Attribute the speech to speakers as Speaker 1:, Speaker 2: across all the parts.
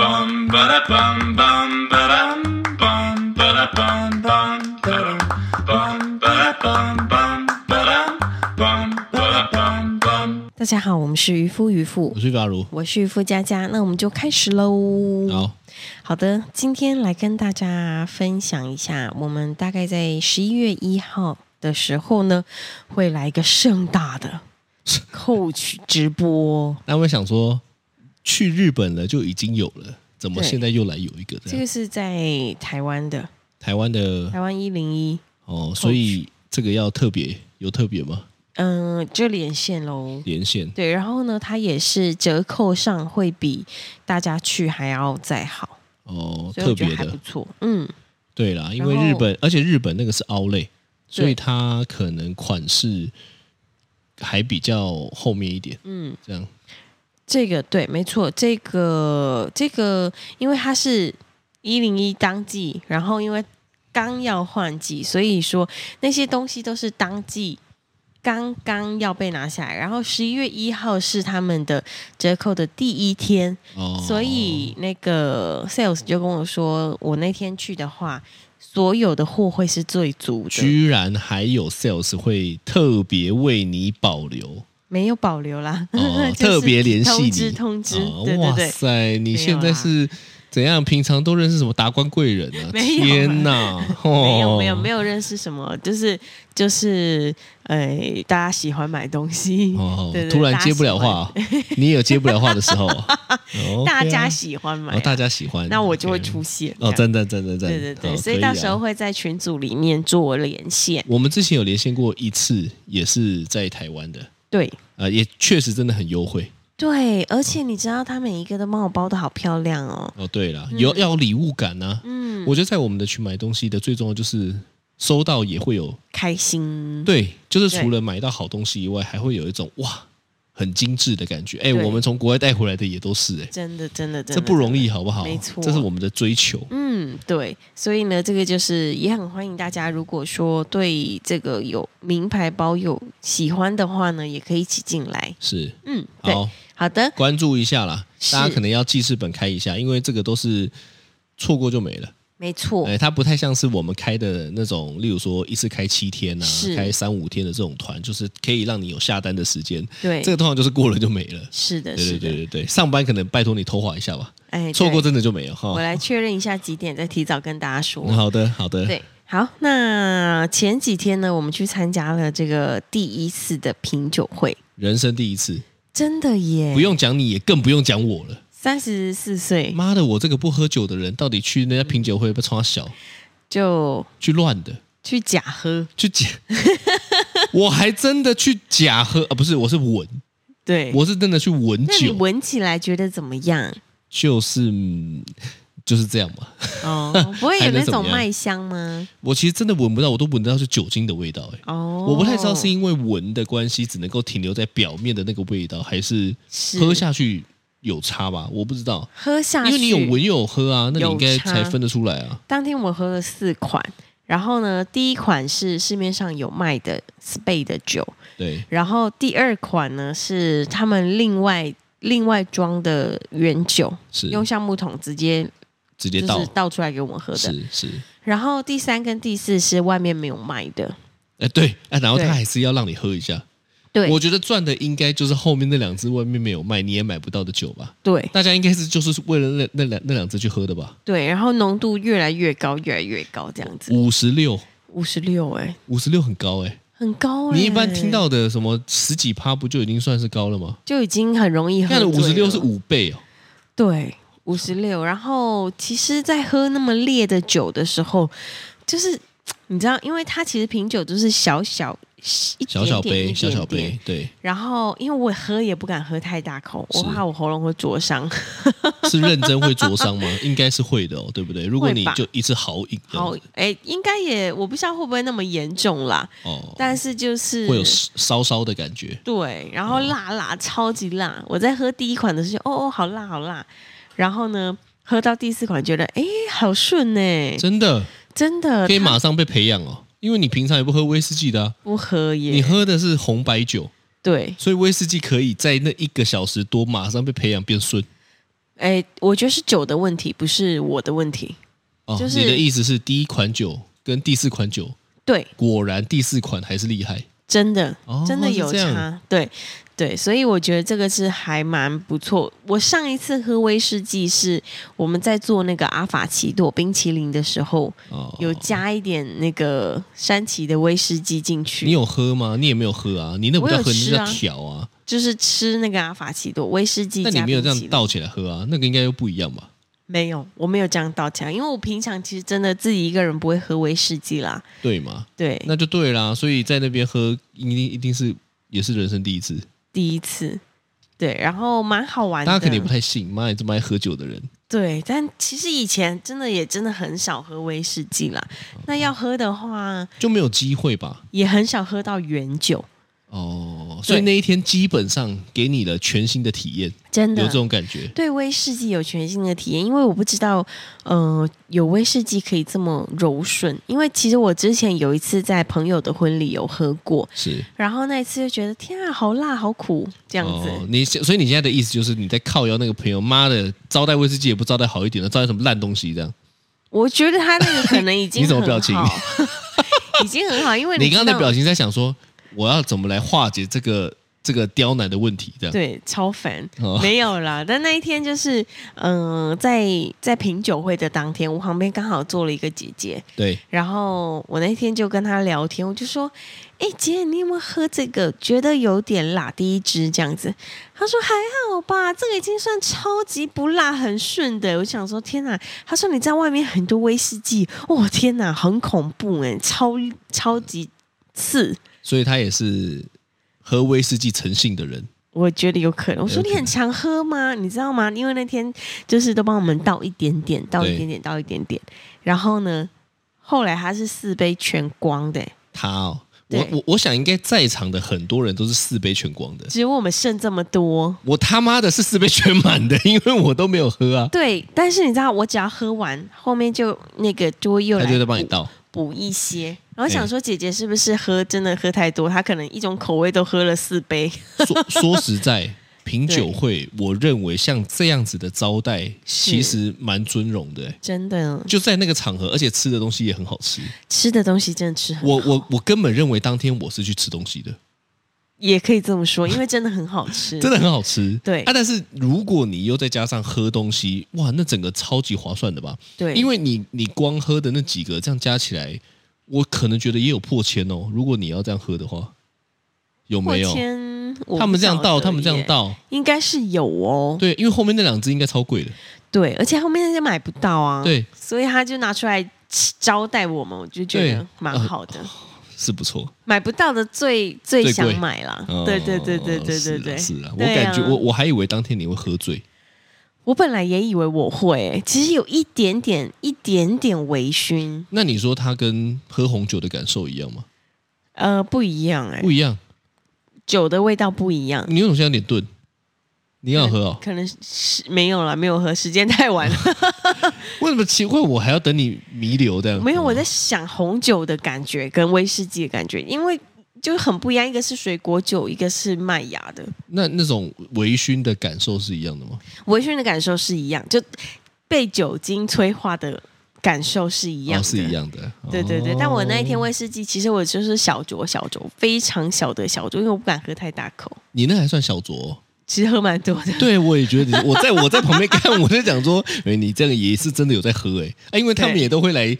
Speaker 1: bum ba da bum bum ba dum bum ba da bum bum ba dum bum ba da bum bum ba dum bum ba da bum bum.
Speaker 2: 大家好，我们是渔夫渔妇
Speaker 3: 我，是嘎如，
Speaker 2: 我是渔夫佳佳，那我们就开始喽。
Speaker 3: 好，
Speaker 2: 好的，今天来跟大家分享一下，我们大概在十一月一号的时候呢，会来一个盛大的 coach 直播。
Speaker 3: 那我想说，去日本了就已经有了，怎么
Speaker 2: 对
Speaker 3: 现在又来有一个这
Speaker 2: 这
Speaker 3: 样？
Speaker 2: 个是在台湾的，
Speaker 3: 台湾的
Speaker 2: 台湾一零一，
Speaker 3: 哦，所以这个要特别有特别吗？
Speaker 2: 嗯，就连线喽。
Speaker 3: 连线
Speaker 2: 对，然后呢，它也是折扣上会比大家去还要再好，
Speaker 3: 哦，
Speaker 2: 所以我
Speaker 3: 特
Speaker 2: 觉得
Speaker 3: 别
Speaker 2: 还不
Speaker 3: 的，
Speaker 2: 错。嗯，
Speaker 3: 对啦，因
Speaker 2: 然后
Speaker 3: 为日本，而且日本那个是凹类，所以它可能款式还比较后面一点，嗯，这样
Speaker 2: 这个对，没错，这个这个，因为它是一零一当季，然后因为刚要换季，所以说那些东西都是当季刚刚要被拿下来，然后十一月一号是他们的折扣的第一天，
Speaker 3: 哦，
Speaker 2: 所以那个 sales 就跟我说，我那天去的话，所有的货会是最足的，
Speaker 3: 居然还有 sales 会特别为你保留
Speaker 2: 没有保留啦，，
Speaker 3: 哦
Speaker 2: 就是
Speaker 3: 特别联系
Speaker 2: 通
Speaker 3: 你
Speaker 2: 知通知，
Speaker 3: 哦
Speaker 2: 对对
Speaker 3: 哇
Speaker 2: 对。
Speaker 3: 塞，
Speaker 2: 没
Speaker 3: 你
Speaker 2: 有
Speaker 3: 现在
Speaker 2: 啦
Speaker 3: 是怎样？平常都认识什么达官贵人 啊？
Speaker 2: 没有
Speaker 3: 天哪， 哦
Speaker 2: 没有没有没
Speaker 3: 有。
Speaker 2: 有认识什么，就是就是，呃，大家喜欢买东西，
Speaker 3: 哦
Speaker 2: 对，对
Speaker 3: 突然接不了话， 你也有接不了话 的时候啊。哦
Speaker 2: 大
Speaker 3: OK 啊
Speaker 2: 家喜欢买啊、
Speaker 3: 哦大家喜欢，
Speaker 2: 那我就会
Speaker 3: OK
Speaker 2: 出现。
Speaker 3: 哦，
Speaker 2: 这样
Speaker 3: 赞赞赞赞赞，
Speaker 2: 对对对，
Speaker 3: 哦
Speaker 2: 所以
Speaker 3: 可
Speaker 2: 到
Speaker 3: 啊
Speaker 2: 时候会在群组里面做连线。
Speaker 3: 我们之前有连线过一次，也是在台湾的，
Speaker 2: 对
Speaker 3: 呃，也确实真的很优惠。
Speaker 2: 对，而且你知道，他每一个都帮我包的好漂亮哦。
Speaker 3: 哦，对了，有要有礼物感呢。
Speaker 2: 嗯，
Speaker 3: 我觉得在我们的群买东西的最重要就是收到也会有
Speaker 2: 开心。
Speaker 3: 对，就是除
Speaker 2: 对
Speaker 3: 了买到好东西以外，还会有一种哇，很精致的感觉。哎，
Speaker 2: 对
Speaker 3: 我们从国外带回来的也都是哎、
Speaker 2: 真的真的真的，
Speaker 3: 这不容易，好不好？
Speaker 2: 没错
Speaker 3: 这是我们的追求。
Speaker 2: 嗯，对，所以呢，这个就是也很欢迎大家，如果说对这个有名牌包有喜欢的话呢，也可以一起进来。
Speaker 3: 是，
Speaker 2: 嗯，对，
Speaker 3: 好，
Speaker 2: 好的，
Speaker 3: 关注一下啦，
Speaker 2: 是
Speaker 3: 大家可能要记事本开一下，因为这个都是错过就没了。
Speaker 2: 没错，
Speaker 3: 哎，它不太像是我们开的那种，例如说一次开七天啊
Speaker 2: 是，
Speaker 3: 开三五天的这种团，就是可以让你有下单的时间。
Speaker 2: 对，
Speaker 3: 这个通常就是过了就没了。
Speaker 2: 是的，
Speaker 3: 对
Speaker 2: 是
Speaker 3: 对对
Speaker 2: 的，
Speaker 3: 对对，上班可能拜托你偷滑一下吧，
Speaker 2: 哎，
Speaker 3: 错过
Speaker 2: 对，
Speaker 3: 真的就没有哈。
Speaker 2: 我来确认一下几点，再提早跟大家说。
Speaker 3: 嗯好的，好的，
Speaker 2: 对，好，那前几天呢，我们去参加了这个第一次的品酒会，
Speaker 3: 人生第一次，
Speaker 2: 真的耶，
Speaker 3: 不用讲你，也更不用讲我了。
Speaker 2: 三十四岁
Speaker 3: 妈的，我这个不喝酒的人，到底去人家品酒会被冲他小，
Speaker 2: 就
Speaker 3: 去乱的，
Speaker 2: 去假喝，
Speaker 3: 去假，我还真的去假喝啊，不是，我是闻，
Speaker 2: 对，
Speaker 3: 我是真的去闻
Speaker 2: 那你
Speaker 3: 酒，
Speaker 2: 闻起来觉得怎么样？
Speaker 3: 就是、嗯就是这样嘛。
Speaker 2: 哦，不会有那种麦香吗？
Speaker 3: 我其实真的闻不到，我都闻得到是酒精的味道、欸，
Speaker 2: 哦，
Speaker 3: 我不太知道是因为闻的关系，只能够停留在表面的那个味道，还是
Speaker 2: 是
Speaker 3: 喝下去有差吧？我不知道，
Speaker 2: 喝下去，
Speaker 3: 因为你有闻又有喝啊，那你
Speaker 2: 有
Speaker 3: 应该
Speaker 2: 差
Speaker 3: 才分得出来啊。
Speaker 2: 当天我喝了四款，然后呢，第一款是市面上有卖的 Spade 的酒，
Speaker 3: 对，
Speaker 2: 然后第二款呢是他们另外另外装的原酒，
Speaker 3: 是
Speaker 2: 用橡木桶直接
Speaker 3: 直接
Speaker 2: 就
Speaker 3: 倒
Speaker 2: 是，倒出来给我们喝的。
Speaker 3: 是是，
Speaker 2: 然后第三跟第四是外面没有卖的，
Speaker 3: 哎对，哎然后
Speaker 2: 对
Speaker 3: 他还是要让你喝一下。
Speaker 2: 对
Speaker 3: 我觉得赚的应该就是后面那两支外面没有卖，你也买不到的酒吧。
Speaker 2: 对
Speaker 3: 大家应该是就是为了那那两那两支去喝的吧？
Speaker 2: 对，然后浓度越来越高，越来越高，这样子，
Speaker 3: 五十六，
Speaker 2: 五十六哎，
Speaker 3: 五十六很高哎、
Speaker 2: 很高、欸。
Speaker 3: 你一般听到的什么十几趴不就已经算是高了吗？
Speaker 2: 就已经很容易喝
Speaker 3: 看
Speaker 2: 醉
Speaker 3: 的
Speaker 2: 了。
Speaker 3: 五十六是五倍哦，
Speaker 2: 对，五十六。然后其实，在喝那么烈的酒的时候，就是你知道，因为它其实品酒就是小小一点点
Speaker 3: 小小
Speaker 2: 一
Speaker 3: 杯，
Speaker 2: 点
Speaker 3: 小小
Speaker 2: 点
Speaker 3: 杯，对，
Speaker 2: 然后，因为我喝也不敢喝太大口，我
Speaker 3: 是
Speaker 2: 怕我喉咙会灼伤。
Speaker 3: 是认真会灼伤吗？ 应该是会的哦，对不对？如果你
Speaker 2: 吧
Speaker 3: 就一次好饮这样
Speaker 2: 好
Speaker 3: 子，，
Speaker 2: 哎，应该也我不知道会不会那么严重啦，
Speaker 3: 哦，
Speaker 2: 但是就是
Speaker 3: 会有哦烧烧的感觉，
Speaker 2: 对，然后辣辣，超级辣。我在喝第一款的时候，哦哦，好辣好辣。然后呢，喝到第四款觉得，哎，好顺呢、
Speaker 3: 真的
Speaker 2: 真的
Speaker 3: 可以
Speaker 2: 它
Speaker 3: 马上被培养哦，因为你平常也不喝威士忌的啊，
Speaker 2: 不喝耶，
Speaker 3: 你喝的是红白酒，
Speaker 2: 对，
Speaker 3: 所以威士忌可以在那一个小时多马上被培养变顺，
Speaker 2: 哎，我觉得是酒的问题，不是我的问题。
Speaker 3: 哦，
Speaker 2: 就是
Speaker 3: 你的意思是第一款酒跟第四款酒，
Speaker 2: 对，
Speaker 3: 果然第四款还是厉害。
Speaker 2: 真的，
Speaker 3: 哦
Speaker 2: 真的
Speaker 3: 是
Speaker 2: 有
Speaker 3: 这样
Speaker 2: 差，对对，所以我觉得这个是还蛮不错。我上一次喝威士忌是我们在做那个阿法奇朵冰淇淋的时候，
Speaker 3: 哦，
Speaker 2: 有加一点那个山崎的威士忌进去，
Speaker 3: 你有喝吗？你也没有喝啊，你那不
Speaker 2: 我有
Speaker 3: 叫喝，你
Speaker 2: 吃
Speaker 3: 那叫
Speaker 2: 啊
Speaker 3: 调啊。
Speaker 2: 就是吃那个阿法奇朵威士忌
Speaker 3: 那
Speaker 2: 加
Speaker 3: 你没有这
Speaker 2: 冰淇
Speaker 3: 样
Speaker 2: 淋
Speaker 3: 倒起来喝啊？那个应该又不一样吧？
Speaker 2: 没有，我没有这样倒起来，因为我平常其实真的自己一个人不会喝威士忌啦。
Speaker 3: 对嘛？
Speaker 2: 对，
Speaker 3: 那就对啦。所以在那边喝，一定一定是也是人生第一次。
Speaker 2: 第一次，对，然后蛮好玩的。
Speaker 3: 大家肯定也不太信，妈你这么爱喝酒的人，
Speaker 2: 对，但其实以前真的也真的很少喝威士忌啦。
Speaker 3: 嗯
Speaker 2: 那要喝的话，
Speaker 3: 就没有机会吧？
Speaker 2: 也很少喝到原酒，
Speaker 3: 哦，所以那一天基本上给你了全新的体验，
Speaker 2: 真
Speaker 3: 有
Speaker 2: 的
Speaker 3: 这。种感觉。
Speaker 2: 对威士忌有全新的体验，因为我不知道，呃，有威士忌可以这么柔顺。因为其实我之前有一次在朋友的婚礼有喝过，
Speaker 3: 是
Speaker 2: 然后那一次就觉得天啊，好辣，好苦，这样子。
Speaker 3: 哦，你所以你现在的意思就是你在靠邀那个朋友，妈的招待威士忌也不招待好一点的，招待什么烂东西这样？
Speaker 2: 我觉得他那个可 能已经
Speaker 3: 你怎么
Speaker 2: 很
Speaker 3: 表情
Speaker 2: 好已经很好，因为
Speaker 3: 你刚刚的
Speaker 2: 知道
Speaker 3: 表情在想说，我要怎么来化解这个这个刁难的问题这样？
Speaker 2: 对超烦。
Speaker 3: 哦
Speaker 2: 没有啦，但那一天就是，嗯、在在品酒会的当天，我旁边刚好坐了一个姐姐，
Speaker 3: 对，
Speaker 2: 然后我那天就跟她聊天，我就说：“哎、姐，你有没有喝这个？觉得有点辣，第一支这样子。”她说：“还好吧，这个已经算超级不辣，很顺的。”我想说：“天哪！”她说：“你在外面很多威士忌，哦天哪，很恐怖哎、超超级刺。”
Speaker 3: 所以他也是喝威士忌成性的人。
Speaker 2: 我觉得有可能。我说
Speaker 3: 有可
Speaker 2: 你
Speaker 3: 能
Speaker 2: 很常喝吗？你知道吗？因为那天就是都帮我们倒一点点，倒一
Speaker 3: 对
Speaker 2: 点点，倒一点点。然后呢，后来他是四杯全光的，
Speaker 3: 他哦，
Speaker 2: 对
Speaker 3: 我我我想应该在场的很多人都是四杯全光的，
Speaker 2: 只有我们剩这么多。
Speaker 3: 我他妈的是四杯全满的，因为我都没有喝啊。
Speaker 2: 对，但是你知道，我只要喝完，后面就那个多又
Speaker 3: 他
Speaker 2: 来
Speaker 3: 就在帮你
Speaker 2: 补
Speaker 3: 倒，
Speaker 2: 补一些。然后想说，姐姐是不是喝真的喝太多？她可能一种口味都喝了四杯。
Speaker 3: 说说实在，品酒会，我认为像这样子的招待，其实蛮尊荣的、欸
Speaker 2: 真的，
Speaker 3: 就在那个场合，而且吃的东西也很好吃。
Speaker 2: 吃的东西真的吃很
Speaker 3: 我我我根本认为当天我是去吃东西的，
Speaker 2: 也可以这么说，因为真的很好吃。
Speaker 3: 真的很好吃。
Speaker 2: 对
Speaker 3: 啊，但是如果你又再加上喝东西，哇，那整个超级划算的吧？
Speaker 2: 对，
Speaker 3: 因为你你光喝的那几个，这样加起来，我可能觉得也有破千哦。如果你要这样喝的话，有
Speaker 2: 破
Speaker 3: 没有？
Speaker 2: 千，我
Speaker 3: 他们这样
Speaker 2: 不晓
Speaker 3: 倒，
Speaker 2: 得
Speaker 3: 他们这样
Speaker 2: 耶
Speaker 3: 倒，
Speaker 2: 应该是有哦。
Speaker 3: 对，因为后面那两只应该超贵的，
Speaker 2: 对，而且后面那些买不到啊，，
Speaker 3: 对，
Speaker 2: 所以他就拿出来吃招待我们，我就觉得
Speaker 3: 对
Speaker 2: 蛮好的。
Speaker 3: 是不错。
Speaker 2: 买不到的最最
Speaker 3: 最
Speaker 2: 想
Speaker 3: 贵
Speaker 2: 买啦，
Speaker 3: 哦
Speaker 2: 对对对对对
Speaker 3: 是
Speaker 2: 对对，
Speaker 3: 啊是啊，我
Speaker 2: 对
Speaker 3: 感觉我
Speaker 2: 我
Speaker 3: 我还以为当天你会喝醉，
Speaker 2: 我本来也以为我会、其实有一点点一点点微醺，
Speaker 3: 那你说它跟喝红酒的感受一样吗？
Speaker 2: 呃，不一样哎、
Speaker 3: 不一样，
Speaker 2: 酒的味道不一样。
Speaker 3: 你为什么现在有点钝？你要喝哦？
Speaker 2: 可能是没有了，没有喝，时间太晚了。
Speaker 3: 为什么奇怪？我还要等你弥留这样？哦
Speaker 2: 没有，我在想红酒的感觉跟威士忌的感觉，因为就很不一样，一个是水果酒，一个是麦芽的。
Speaker 3: 那那种微醺的感受是一样的吗？
Speaker 2: 微醺的感受是一样，就被酒精催化的感受是一样
Speaker 3: 哦，
Speaker 2: 的，
Speaker 3: 是一。样的。
Speaker 2: 对对对，
Speaker 3: 哦
Speaker 2: 但我那一天威士忌，其实我就是小酌小酌，非常小的小酌，因为我不敢喝太大口，
Speaker 3: 你那还算小酌哦、
Speaker 2: 其实喝蛮多的。
Speaker 3: 对，我也觉得你，我在我在旁边看，我在讲说，哎、你这样也是真的有在喝哎、啊，因为他们
Speaker 2: 对
Speaker 3: 也都会来，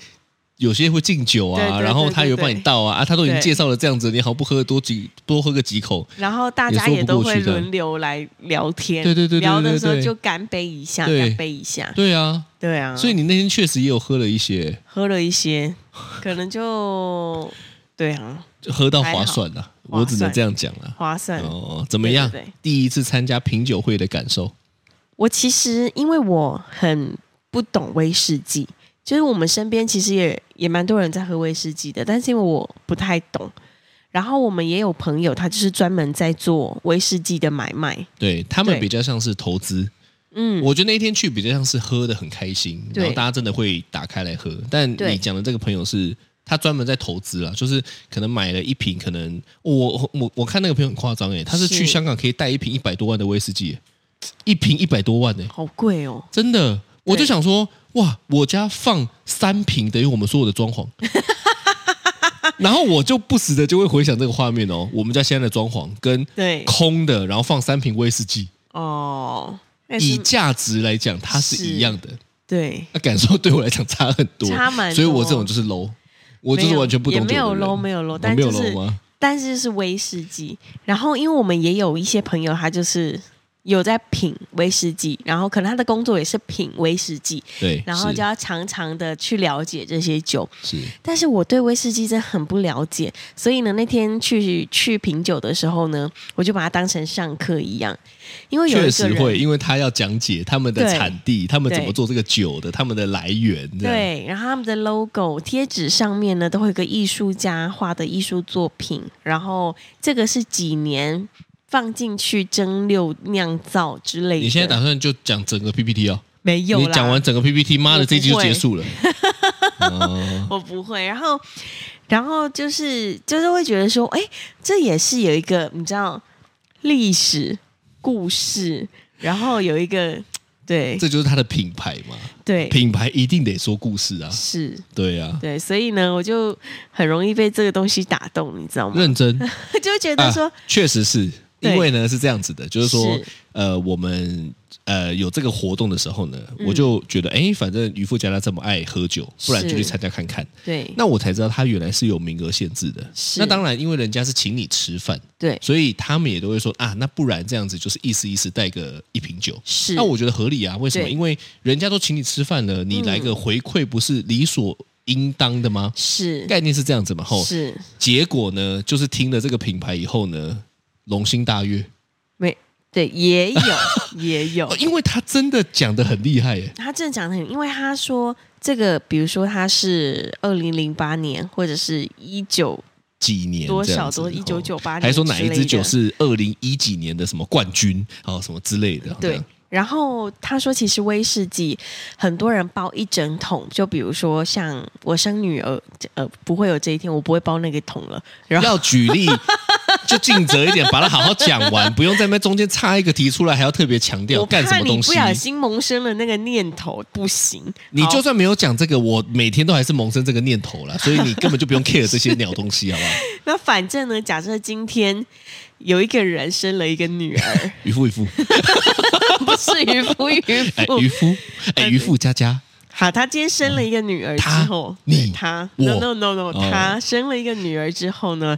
Speaker 3: 有些会敬酒啊，
Speaker 2: 对对对
Speaker 3: 然后他有
Speaker 2: 对
Speaker 3: 帮你倒啊，啊，他都已经
Speaker 2: 对
Speaker 3: 介绍了这样子，你好不喝多几多喝个几口，
Speaker 2: 然后大家
Speaker 3: 也
Speaker 2: 也
Speaker 3: 说不
Speaker 2: 都
Speaker 3: 过去
Speaker 2: 会
Speaker 3: 的
Speaker 2: 轮流来聊天，
Speaker 3: 对对对对
Speaker 2: 聊的
Speaker 3: 对
Speaker 2: 时候
Speaker 3: 对
Speaker 2: 就干杯一下，
Speaker 3: 对
Speaker 2: 干杯一下，
Speaker 3: 对啊，
Speaker 2: 对啊，
Speaker 3: 所以你那天确实也有喝了一些，
Speaker 2: 喝了一些，可能就对啊，
Speaker 3: 就喝到划算啦，
Speaker 2: 还好
Speaker 3: 我只能这样讲啦。
Speaker 2: 划算。
Speaker 3: 哦，怎么样？
Speaker 2: 对对对
Speaker 3: 第一次参加品酒会的感受，
Speaker 2: 我其实因为我很不懂威士忌，就是我们身边其实也也蛮多人在喝威士忌的，但是因为我不太懂，然后我们也有朋友他就是专门在做威士忌的买卖，
Speaker 3: 对他们
Speaker 2: 对
Speaker 3: 比较像是投资，
Speaker 2: 嗯，
Speaker 3: 我觉得那一天去比较像是喝的很开心，
Speaker 2: 对
Speaker 3: 然后大家真的会打开来喝。但
Speaker 2: 对
Speaker 3: 你讲的这个朋友是他专门在投资啦，就是可能买了一瓶，可能我我我我看那个朋友很夸张诶、他是去
Speaker 2: 是
Speaker 3: 香港可以带一瓶一百多万的威士忌欸、一瓶一百多万呢、
Speaker 2: 好贵哦，
Speaker 3: 真的。我就
Speaker 2: 对
Speaker 3: 想说，哇，我家放三瓶等于我们所有 的装潢，然后我就不时的就会回想这个画面哦，我们家现在的装潢跟
Speaker 2: 对
Speaker 3: 空的，然后放三瓶威士忌，
Speaker 2: 哦，那
Speaker 3: 以
Speaker 2: 是
Speaker 3: 价值来讲，它是一样的，
Speaker 2: 对，
Speaker 3: 那感受对我来讲差很多，
Speaker 2: 差蛮多
Speaker 3: 所以我这种就是 low，我就是
Speaker 2: 没有
Speaker 3: 完全不懂
Speaker 2: 也没有 low 没
Speaker 3: 有，
Speaker 2: 有 low，
Speaker 3: 我
Speaker 2: 但
Speaker 3: 哦没有
Speaker 2: 就是
Speaker 3: low 吗？
Speaker 2: 但是是威士忌。然后因为我们也有一些朋友，他就是有在品威士忌，然后可能他的工作也是品威士忌，
Speaker 3: 对，
Speaker 2: 然后
Speaker 3: 是
Speaker 2: 就要常常的去了解这些酒。
Speaker 3: 是
Speaker 2: 但是我对威士忌真的很不了解，所以呢，那天去去品酒的时候呢，我就把它当成上课一样，因为有
Speaker 3: 确
Speaker 2: 一个
Speaker 3: 实
Speaker 2: 人
Speaker 3: 会，因为他要讲解他们的
Speaker 2: 对
Speaker 3: 产地，他们怎么
Speaker 2: 对
Speaker 3: 做这个酒的，他们的来源，这样，
Speaker 2: 对，然后他们的 logo 贴纸上面呢，都会有个艺术家画的艺术作品，然后这个是几年放进去蒸馏酿造之类的。
Speaker 3: 你现在打算就讲整个 PPT 哦？
Speaker 2: 没有
Speaker 3: 你
Speaker 2: 啦？
Speaker 3: 讲完整个 PPT，妈的，
Speaker 2: 我不
Speaker 3: 这一集就
Speaker 2: 会
Speaker 3: 结 束了。哦，
Speaker 2: 我不会。然后，然后就是就是会觉得说，哎，这也是有一个你知道历史故事，然后有一个对
Speaker 3: 这就是它的品牌嘛，
Speaker 2: 对
Speaker 3: 品牌一定得说故事啊，
Speaker 2: 是，
Speaker 3: 对啊，
Speaker 2: 对，所以呢，我就很容易被这个东西打动，你知道吗？
Speaker 3: 认真
Speaker 2: 就觉得
Speaker 3: 啊
Speaker 2: 说，，
Speaker 3: 确实是
Speaker 2: 对
Speaker 3: 因为呢是这样子的，就是说
Speaker 2: 是
Speaker 3: 呃，我们呃有这个活动的时候呢，
Speaker 2: 嗯
Speaker 3: 我就觉得哎，反正渔夫家他这么爱喝酒，不然就是去参加看看。
Speaker 2: 对
Speaker 3: 那我才知道他原来是有名额限制的。
Speaker 2: 是
Speaker 3: 那当然，因为人家是请你吃饭，
Speaker 2: 对
Speaker 3: 所以他们也都会说啊，那不然这样子就是意思意思带个一瓶酒。
Speaker 2: 是，
Speaker 3: 那我觉得合理啊，为什么？
Speaker 2: 对嗯
Speaker 3: 因为人家都请你吃饭了，你来个回馈不是理所应当的吗？
Speaker 2: 是
Speaker 3: 概念是这样子嘛？吼，
Speaker 2: 是
Speaker 3: 结果呢，就是听了这个品牌以后呢，龙心大悦，
Speaker 2: 没对，也有 也有
Speaker 3: 哦，，因为他真的讲的很厉害耶，
Speaker 2: 他真的讲的很，因为他说这个，比如说他是二零零八年或者是一九
Speaker 3: 几年
Speaker 2: 多
Speaker 3: 这
Speaker 2: 少
Speaker 3: 样子
Speaker 2: 多
Speaker 3: 吼
Speaker 2: 一九九八年，
Speaker 3: 还说哪一支酒是二零一几年的什么冠军，哦，什么之类的，哦这
Speaker 2: 对
Speaker 3: 样。
Speaker 2: 然后他说，其实威士忌很多人包一整桶，就比如说像我生女儿，呃，不会有这一天，我不会包那个桶了。然后
Speaker 3: 要举例 就尽责一点，把它好好讲完，不用在那边中间插一个题出来，还要特别强调
Speaker 2: 我
Speaker 3: 干什
Speaker 2: 怕
Speaker 3: 么
Speaker 2: 你
Speaker 3: 东西
Speaker 2: 不。小心萌生了那个念头，不行。
Speaker 3: 你
Speaker 2: 好
Speaker 3: 就算没有讲这个，我每天都还是萌生这个念 头啦，所以你根本就不用 care 这些鸟东西，好不好？
Speaker 2: 那反正呢，假设今天有一个人生了一个女儿，
Speaker 3: 渔夫渔夫，
Speaker 2: 不是渔夫渔
Speaker 3: 哎，
Speaker 2: 夫
Speaker 3: 渔，夫，哎，渔夫佳佳，
Speaker 2: 好，他今天生了一个女儿之
Speaker 3: 他
Speaker 2: 后，
Speaker 3: 你
Speaker 2: 对嗯他
Speaker 3: 我
Speaker 2: ，no no no no，
Speaker 3: 哦
Speaker 2: 他生了一个女儿之后呢，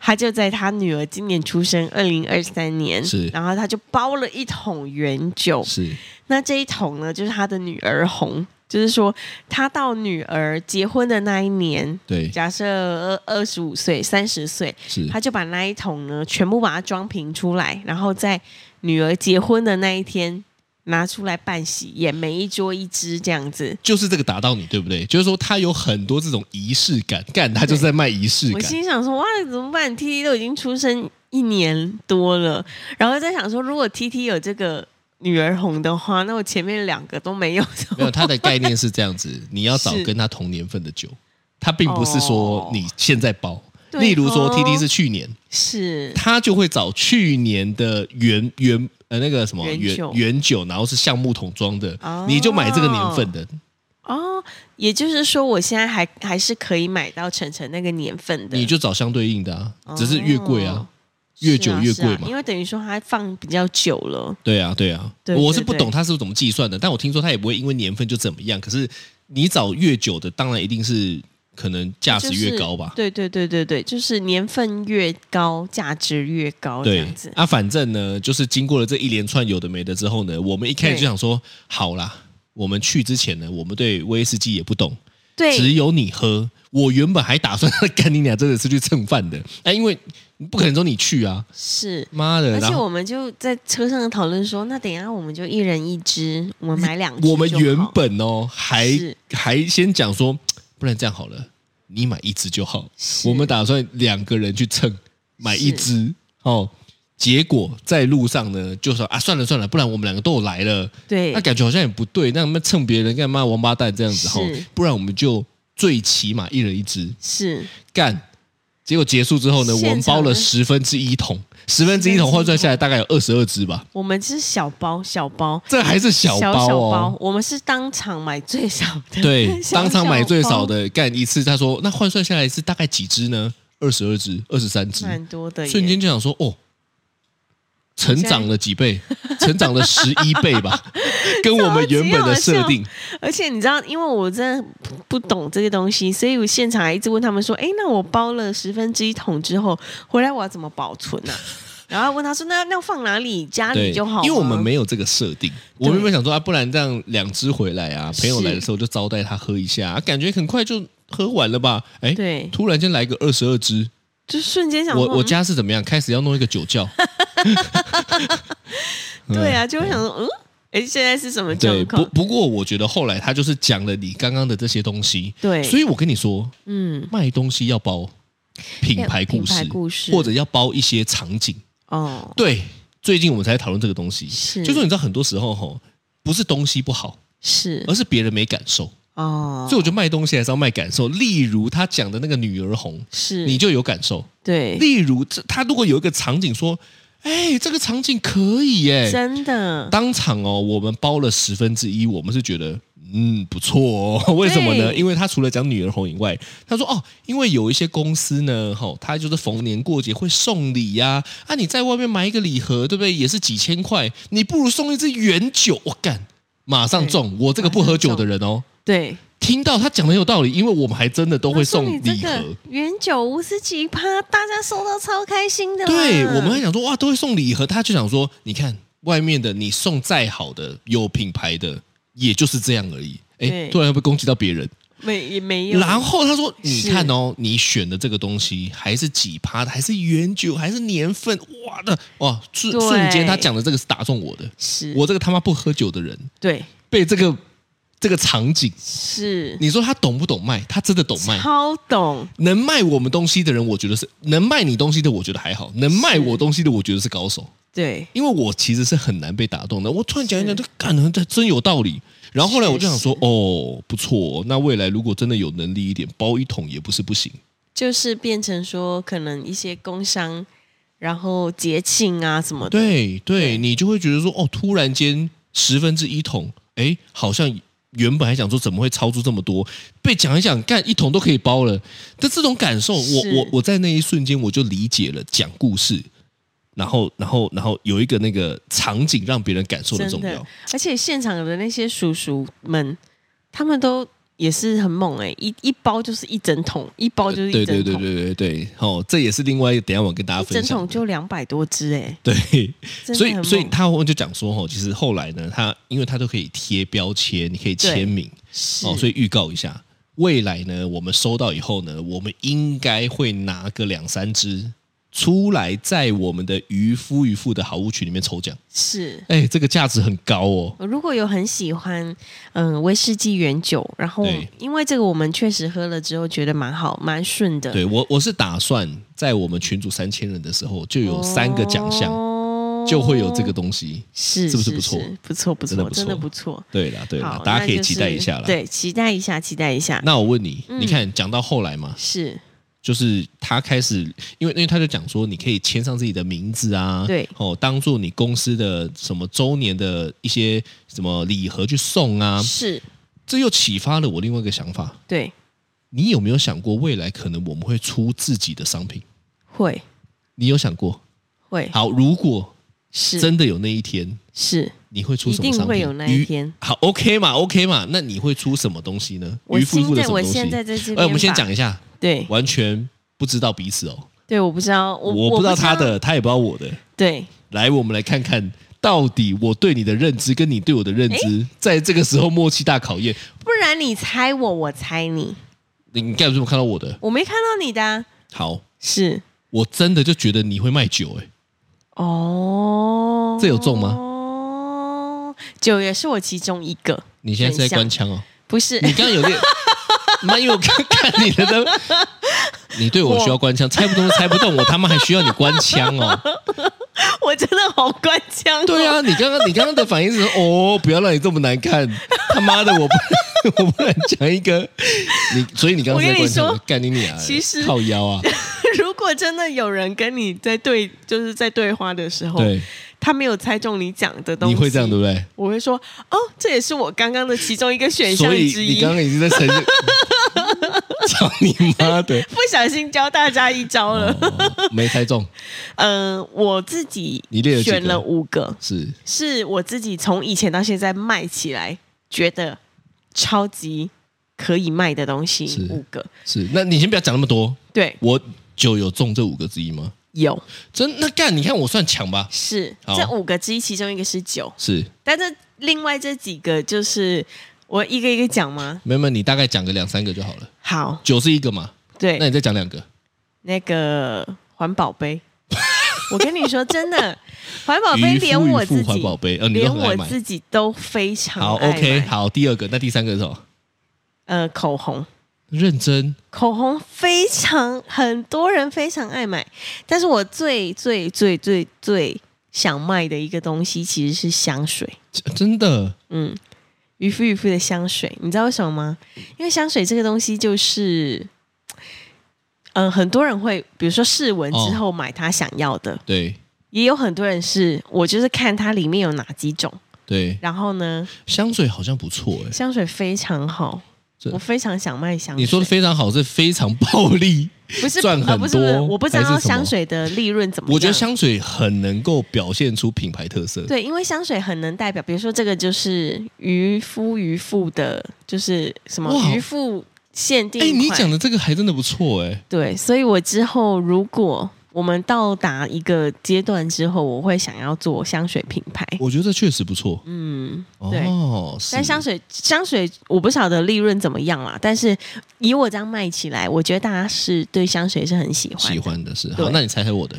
Speaker 2: 他就在他女儿今年出生，二零二三年，
Speaker 3: 是
Speaker 2: 然后他就包了一桶原酒，
Speaker 3: 是
Speaker 2: 那这一桶呢，就是他的女儿红，就是说他到女儿结婚的那一年，
Speaker 3: 对，
Speaker 2: 假设二二十五岁、三十岁，
Speaker 3: 是
Speaker 2: 他就把那一桶呢全部把它装瓶出来，然后在女儿结婚的那一天拿出来办喜宴，每一桌一支这样子。
Speaker 3: 就是这个打到你，对不对？就是说他有很多这种仪式感，干他就是在卖仪式
Speaker 2: 我
Speaker 3: 感。
Speaker 2: 心想说，哇，怎么办？T T 都已经出生一年多了，然后在想说，如果 T T 有这个女儿红的话，那我前面两个都没有。
Speaker 3: 没有，他的概念是这样子，你要找
Speaker 2: 是
Speaker 3: 跟他同年份的 酒，他并不是说
Speaker 2: 哦
Speaker 3: 你现在包。
Speaker 2: 对
Speaker 3: 例如说
Speaker 2: 哦
Speaker 3: ，T T 是去年，
Speaker 2: 是
Speaker 3: 他就会找去年的原原呃那个什么
Speaker 2: 原
Speaker 3: 原
Speaker 2: 酒
Speaker 3: 原酒，然后是橡木桶装的
Speaker 2: 哦，
Speaker 3: 你就买这个年份的。
Speaker 2: 哦，也就是说，我现在还还是可以买到晨晨那个年份的，
Speaker 3: 你就找相对应的啊
Speaker 2: 哦，
Speaker 3: 只是越贵啊，
Speaker 2: 是啊
Speaker 3: 越久越贵
Speaker 2: 是
Speaker 3: 嘛
Speaker 2: 啊因。为等于说它放比较久了，
Speaker 3: 对啊，对啊，
Speaker 2: 对
Speaker 3: 我是
Speaker 2: 对
Speaker 3: 不
Speaker 2: 对
Speaker 3: 懂他是怎么计算的，但我听说他也不会因为年份就怎么样。可是你找越久的，当然一定是可能价值越高吧
Speaker 2: 就。是对对对对对，就是年份越高，价值越高这
Speaker 3: 对
Speaker 2: 样子，
Speaker 3: 啊，反正呢，就是经过了这一连串有的没的之后呢，我们一开始就
Speaker 2: 对
Speaker 3: 想说，好啦，我们去之前呢，我们对威士忌也不懂，只
Speaker 2: 对
Speaker 3: 有你喝。我原本还打算干你俩真的是去蹭饭的，哎，因为不可能说你去啊，
Speaker 2: 是。
Speaker 3: 妈的！
Speaker 2: 而且
Speaker 3: 然后
Speaker 2: 我们就在车上讨论说，那等一下我们就一人一支，我们买两支
Speaker 3: 我们
Speaker 2: 就好
Speaker 3: 原本哦，还
Speaker 2: 是
Speaker 3: 还先讲说，不然这样好了，你买一支就好。
Speaker 2: 是
Speaker 3: 我们打算两个人去蹭买一
Speaker 2: 是
Speaker 3: 支哦。结果在路上呢，就说啊，算了算了，不然我们两个都有来了，
Speaker 2: 对
Speaker 3: 那感觉好像也不对，那他们蹭别人干嘛？王八蛋这样子吼
Speaker 2: 是，
Speaker 3: 不然我们就最起码一人一支
Speaker 2: 是
Speaker 3: 干。结果结束之后呢，我
Speaker 2: 现场
Speaker 3: 们包了
Speaker 2: 呢
Speaker 3: 十分之一桶，十分之一桶换算下来大概有二十二只吧，
Speaker 2: 我们是小包小包
Speaker 3: 这还是小
Speaker 2: 小
Speaker 3: 包
Speaker 2: 小
Speaker 3: 哦。
Speaker 2: 我们是当场买最少 的，
Speaker 3: 对，
Speaker 2: 小
Speaker 3: 当场买最少
Speaker 2: 小包，
Speaker 3: 的干一次，他说那换算下来是大概几只呢？二十二只，二十三只，
Speaker 2: 蛮多的耶，
Speaker 3: 瞬间就想说哦，成长了几倍，成长了十一倍吧， 跟我们原本的设定。
Speaker 2: 而且你知道，因为我真的不懂这些东西，所以我现场还一直问他们说：“哎，那我包了十分之一桶之后，回来我要怎么保存呢、啊？” 然后问他说：“那那放哪里？家
Speaker 3: 对，
Speaker 2: 里啊就好。”
Speaker 3: 因为我们，没有这个设定，我
Speaker 2: 对
Speaker 3: 们原本想说啊，不然这样两只回来啊，
Speaker 2: 是
Speaker 3: 朋友来的时候就招待他喝一下，啊感觉很快就喝完了吧？哎，
Speaker 2: 对
Speaker 3: 突然间来个二十二只，
Speaker 2: 就瞬间想说
Speaker 3: 我我、
Speaker 2: 嗯
Speaker 3: 家是怎么样？开始要弄一个酒窖，
Speaker 2: 对啊，就会想说嗯，哎，现在是什么状
Speaker 3: 对，不
Speaker 2: 况？
Speaker 3: 不过我觉得后来他就是讲了你刚刚的这些东西，
Speaker 2: 对，
Speaker 3: 所以我跟你说，
Speaker 2: 嗯，
Speaker 3: 卖东西要包品牌
Speaker 2: 品
Speaker 3: 故事，
Speaker 2: 牌故事
Speaker 3: 或者要包一些场景。
Speaker 2: 哦，
Speaker 3: 对，最近我们才讨论这个东西，
Speaker 2: 是
Speaker 3: 就说你知道很多时候吼，不是东西不好，
Speaker 2: 是
Speaker 3: 而是别人没感受。
Speaker 2: 嗯哦，
Speaker 3: 所以我觉得卖东西还是要卖感受。例如他讲的那个女儿红，
Speaker 2: 是
Speaker 3: 你就有感受。
Speaker 2: 嗯对，
Speaker 3: 例如这他如果有一个场景说，哎，这个场景可以耶，
Speaker 2: 真的
Speaker 3: 当场哦，我们包了十分之一，我们是觉得。嗯，不错哦。 为什么呢？
Speaker 2: 对
Speaker 3: 因为他除了讲女儿红以外，他说哦，因为有一些公司呢，吼、他就是逢年过节会送礼呀、啊。你在外面买一个礼盒，对不对？也是几千块，你不如送一支原酒。我、干，马上
Speaker 2: 对
Speaker 3: 中！我这个不
Speaker 2: 马上
Speaker 3: 喝酒的
Speaker 2: 中
Speaker 3: 人哦，
Speaker 2: 对，
Speaker 3: 听到他讲的很有道理，因为我们还真的都会送
Speaker 2: 那说你
Speaker 3: 礼
Speaker 2: 这
Speaker 3: 盒
Speaker 2: 个。原酒五十几趴，大家收到超开心的啦。
Speaker 3: 对，我
Speaker 2: 嗯
Speaker 3: 们还想说哇，都会送礼盒，他就想说，你看外面的，你送再好的，有品牌的，也就是这样而已。哎
Speaker 2: 对，
Speaker 3: 突然会被攻击到别人。
Speaker 2: 没也没有，
Speaker 3: 然后他说，你
Speaker 2: 是
Speaker 3: 看哦，你选的这个东西还是几趴的，还是原酒，还是年份，哇的哇，瞬
Speaker 2: 对
Speaker 3: 瞬间他讲的这个是打中我的，
Speaker 2: 是
Speaker 3: 我这个他妈不喝酒的人，
Speaker 2: 对
Speaker 3: 被这个这个场景，
Speaker 2: 是
Speaker 3: 你说他懂不懂卖？他真的懂卖。
Speaker 2: 超懂，
Speaker 3: 能卖我们东西的人，我觉得是能卖你东西的，我觉得还好；能卖我东西的，我觉得是高手。
Speaker 2: 对
Speaker 3: 因为我其实是很难被打动的。我突然讲一讲，这干的这真有道理。然后后来我就想说，哦，不错、那未来如果真的有能力一点，包一桶也不是不行。
Speaker 2: 就是变成说可能一些工商，然后节庆啊什么的，
Speaker 3: 对对，
Speaker 2: 对
Speaker 3: 你就会觉得说，哦，突然间十分之一桶，哎，好像原本还想说怎么会超出这么多，被讲一讲，干一桶都可以包了。但这种感受，我
Speaker 2: 是
Speaker 3: 我我在那一瞬间我就理解了讲故事，然后然后然后有一个那个场景让别人感受的
Speaker 2: 真
Speaker 3: 重
Speaker 2: 的
Speaker 3: 要。，
Speaker 2: 而且现场的那些叔叔们，他们都也是很猛哎、一一包就是一整桶，一包就是
Speaker 3: 对
Speaker 2: 一
Speaker 3: 对
Speaker 2: 整
Speaker 3: 对
Speaker 2: 桶，
Speaker 3: 对对对，哦，这也是另外一个，等一下我跟大家
Speaker 2: 一
Speaker 3: 分
Speaker 2: 整
Speaker 3: 享
Speaker 2: 桶
Speaker 3: 的。
Speaker 2: 就两百多只哎、
Speaker 3: 对，
Speaker 2: 真的
Speaker 3: 所
Speaker 2: 很
Speaker 3: 以所以
Speaker 2: 猛
Speaker 3: 他就讲说，哦，其实后来呢，他因为他都可以贴标签，你可以签名，
Speaker 2: 是
Speaker 3: 哦，所以预告一下，未来呢，我们收到以后呢，我们应该会拿个两三只出来，在我们的渔夫渔妇的好物群里面抽奖。
Speaker 2: 是
Speaker 3: 哎，这个价值很高哦。
Speaker 2: 如果有很喜欢，嗯，威士忌原酒，然后
Speaker 3: 对
Speaker 2: 因为这个我们确实喝了之后觉得蛮好，蛮顺的。
Speaker 3: 对我，我是打算在我们群组三千人的时候，就有三个奖项，
Speaker 2: 哦
Speaker 3: 就会有这个，东西。
Speaker 2: 是
Speaker 3: 是不是
Speaker 2: 是
Speaker 3: 不错
Speaker 2: 不错不
Speaker 3: 真的
Speaker 2: 错，
Speaker 3: 不错
Speaker 2: 真的不错。
Speaker 3: 对啦，对啦
Speaker 2: 好，，
Speaker 3: 大家可
Speaker 2: 那
Speaker 3: 以
Speaker 2: 就是
Speaker 3: 期待一下啦。
Speaker 2: 对，期待一下，期待一下。
Speaker 3: 那我问你，
Speaker 2: 嗯
Speaker 3: 你看讲到后来嘛，
Speaker 2: 是
Speaker 3: 就是他开始，因为因为他就讲说，你可以签上自己的名字啊，
Speaker 2: 对
Speaker 3: 哦，当做你公司的什么周年的一些什么礼盒去送啊，
Speaker 2: 是，
Speaker 3: 这又启发了我另外一个想法。
Speaker 2: 对，
Speaker 3: 你有没有想过，未来可能我们会出自己的商品？
Speaker 2: 会
Speaker 3: 你有想过？
Speaker 2: 会
Speaker 3: 好，如果
Speaker 2: 是
Speaker 3: 真的有那一天，
Speaker 2: 是，
Speaker 3: 你会出什么
Speaker 2: 一
Speaker 3: 商品？
Speaker 2: 定会有那一
Speaker 3: 鱼
Speaker 2: 天。
Speaker 3: 好，OK 嘛，OK 嘛，那你会出什么东西呢？
Speaker 2: 我
Speaker 3: 渔夫
Speaker 2: 现
Speaker 3: 出的
Speaker 2: 在
Speaker 3: 什么
Speaker 2: 我
Speaker 3: 东西？
Speaker 2: 现在在这边吧，
Speaker 3: 哎，我们先讲一下，
Speaker 2: 对
Speaker 3: 完全不知道彼此哦。
Speaker 2: 对，我不知道，我
Speaker 3: 我不知道他的，他也不知道我的。
Speaker 2: 对
Speaker 3: 来，我们来看看到底我对你的认知跟你对我的认知，在这个时候默契大考验。
Speaker 2: 不然你猜我，我猜你，
Speaker 3: 你你干什么看到我的？
Speaker 2: 我没看到你的啊、
Speaker 3: 好，
Speaker 2: 是
Speaker 3: 我真的就觉得你会卖酒、欸，
Speaker 2: 哦，
Speaker 3: 这有中吗
Speaker 2: 哦，酒也是我其中一个，
Speaker 3: 你现在是在
Speaker 2: 很像
Speaker 3: 官腔哦。
Speaker 2: 不是
Speaker 3: 你刚刚有 点，妈，因为我刚看你的灯，你对我需要官腔，猜不动就猜不动，我他妈还需要你官腔哦。
Speaker 2: 我真的好官腔、哦
Speaker 3: 对，啊，你刚刚你刚刚的反应是 哦，不要让你这么难看，他妈的，我不 我不能讲一个你，所以你刚刚是在
Speaker 2: 我跟
Speaker 3: 关
Speaker 2: 你
Speaker 3: 心
Speaker 2: 说
Speaker 3: 我干你娘欸，
Speaker 2: 其实
Speaker 3: 靠腰啊，
Speaker 2: 如果果真的有人跟你在对，就是在对话的时候，
Speaker 3: 对，
Speaker 2: 他没有猜中你讲的哦东西，
Speaker 3: 你会这样对不对？
Speaker 2: 我会说哦，这也是我刚刚的其中一个选项
Speaker 3: 所以
Speaker 2: 之
Speaker 3: 你
Speaker 2: 一，
Speaker 3: 刚刚已经在 承认，操你妈的！
Speaker 2: 不小心教大家一招了。
Speaker 3: 哦没猜中，
Speaker 2: 嗯、我自己
Speaker 3: 你列了几个
Speaker 2: 选了五个，
Speaker 3: 是
Speaker 2: 是我自己从以前到现在卖起来觉得超级可以卖的东
Speaker 3: 是
Speaker 2: 西，五个。
Speaker 3: 是。那你先不要讲那么多，
Speaker 2: 对，
Speaker 3: 我就有中这五个之一吗？
Speaker 2: 有
Speaker 3: 真那干，你看我算强吧？
Speaker 2: 是
Speaker 3: 好
Speaker 2: 这五个之一，其中一个是酒，
Speaker 3: 是，
Speaker 2: 但这另外这几个就是我一个一个讲吗？
Speaker 3: 没有没有，你大概讲个两三个就好了。
Speaker 2: 好，
Speaker 3: 九是一个嘛，那
Speaker 2: 对，
Speaker 3: 你再讲两个。
Speaker 2: 那个环保 杯，我跟你说真的，环保杯
Speaker 3: 渔夫
Speaker 2: 连我自
Speaker 3: 渔夫环
Speaker 2: 己，
Speaker 3: 保杯，呃，你都
Speaker 2: 连
Speaker 3: 很爱
Speaker 2: 我
Speaker 3: 买。
Speaker 2: 自己都非常
Speaker 3: 好
Speaker 2: 爱
Speaker 3: ，OK，
Speaker 2: 买
Speaker 3: 好，第二个，那第三个是什么？
Speaker 2: 呃，口红，
Speaker 3: 认真
Speaker 2: 口红非常很多人非常爱买，但是我最最最最最想卖的一个东西其实是香水，
Speaker 3: 真的
Speaker 2: 嗯，渔夫渔夫的香水，你知道为什么吗？因为香水这个东西就是。嗯，很多人会，比如说试闻之后买他想要的，
Speaker 3: 对
Speaker 2: 也有很多人是我就是看它里面有哪几种，
Speaker 3: 对，
Speaker 2: 然后呢，
Speaker 3: 香水好像不错哎、
Speaker 2: 香水非常好
Speaker 3: 这，
Speaker 2: 我非常想卖香水。
Speaker 3: 你说的非常好，是非常暴 力。
Speaker 2: 不是
Speaker 3: 赚很
Speaker 2: 呃不是不是
Speaker 3: 多
Speaker 2: 我不知
Speaker 3: 还
Speaker 2: 道
Speaker 3: 是什么
Speaker 2: 香水的利润怎么样。
Speaker 3: 我觉得香水很能够表现出品牌特色。
Speaker 2: 对，因为香水很能代表，比如说这个就是渔夫渔妇的，就是什么
Speaker 3: 哇
Speaker 2: 渔妇限定
Speaker 3: 哎，
Speaker 2: 款。
Speaker 3: 你讲的这个还真的不错哎、
Speaker 2: 对，所以我之后如果我们到达一个阶段之后，我会想要做香水品牌。
Speaker 3: 我觉得这确实不错。
Speaker 2: 嗯，对
Speaker 3: 哦，是
Speaker 2: 但香水香水我不晓得利润怎么样啦，但是以我这样卖起来，我觉得大家是对香水是很喜欢的。
Speaker 3: 喜欢的是
Speaker 2: 对
Speaker 3: 好，那你猜猜我的？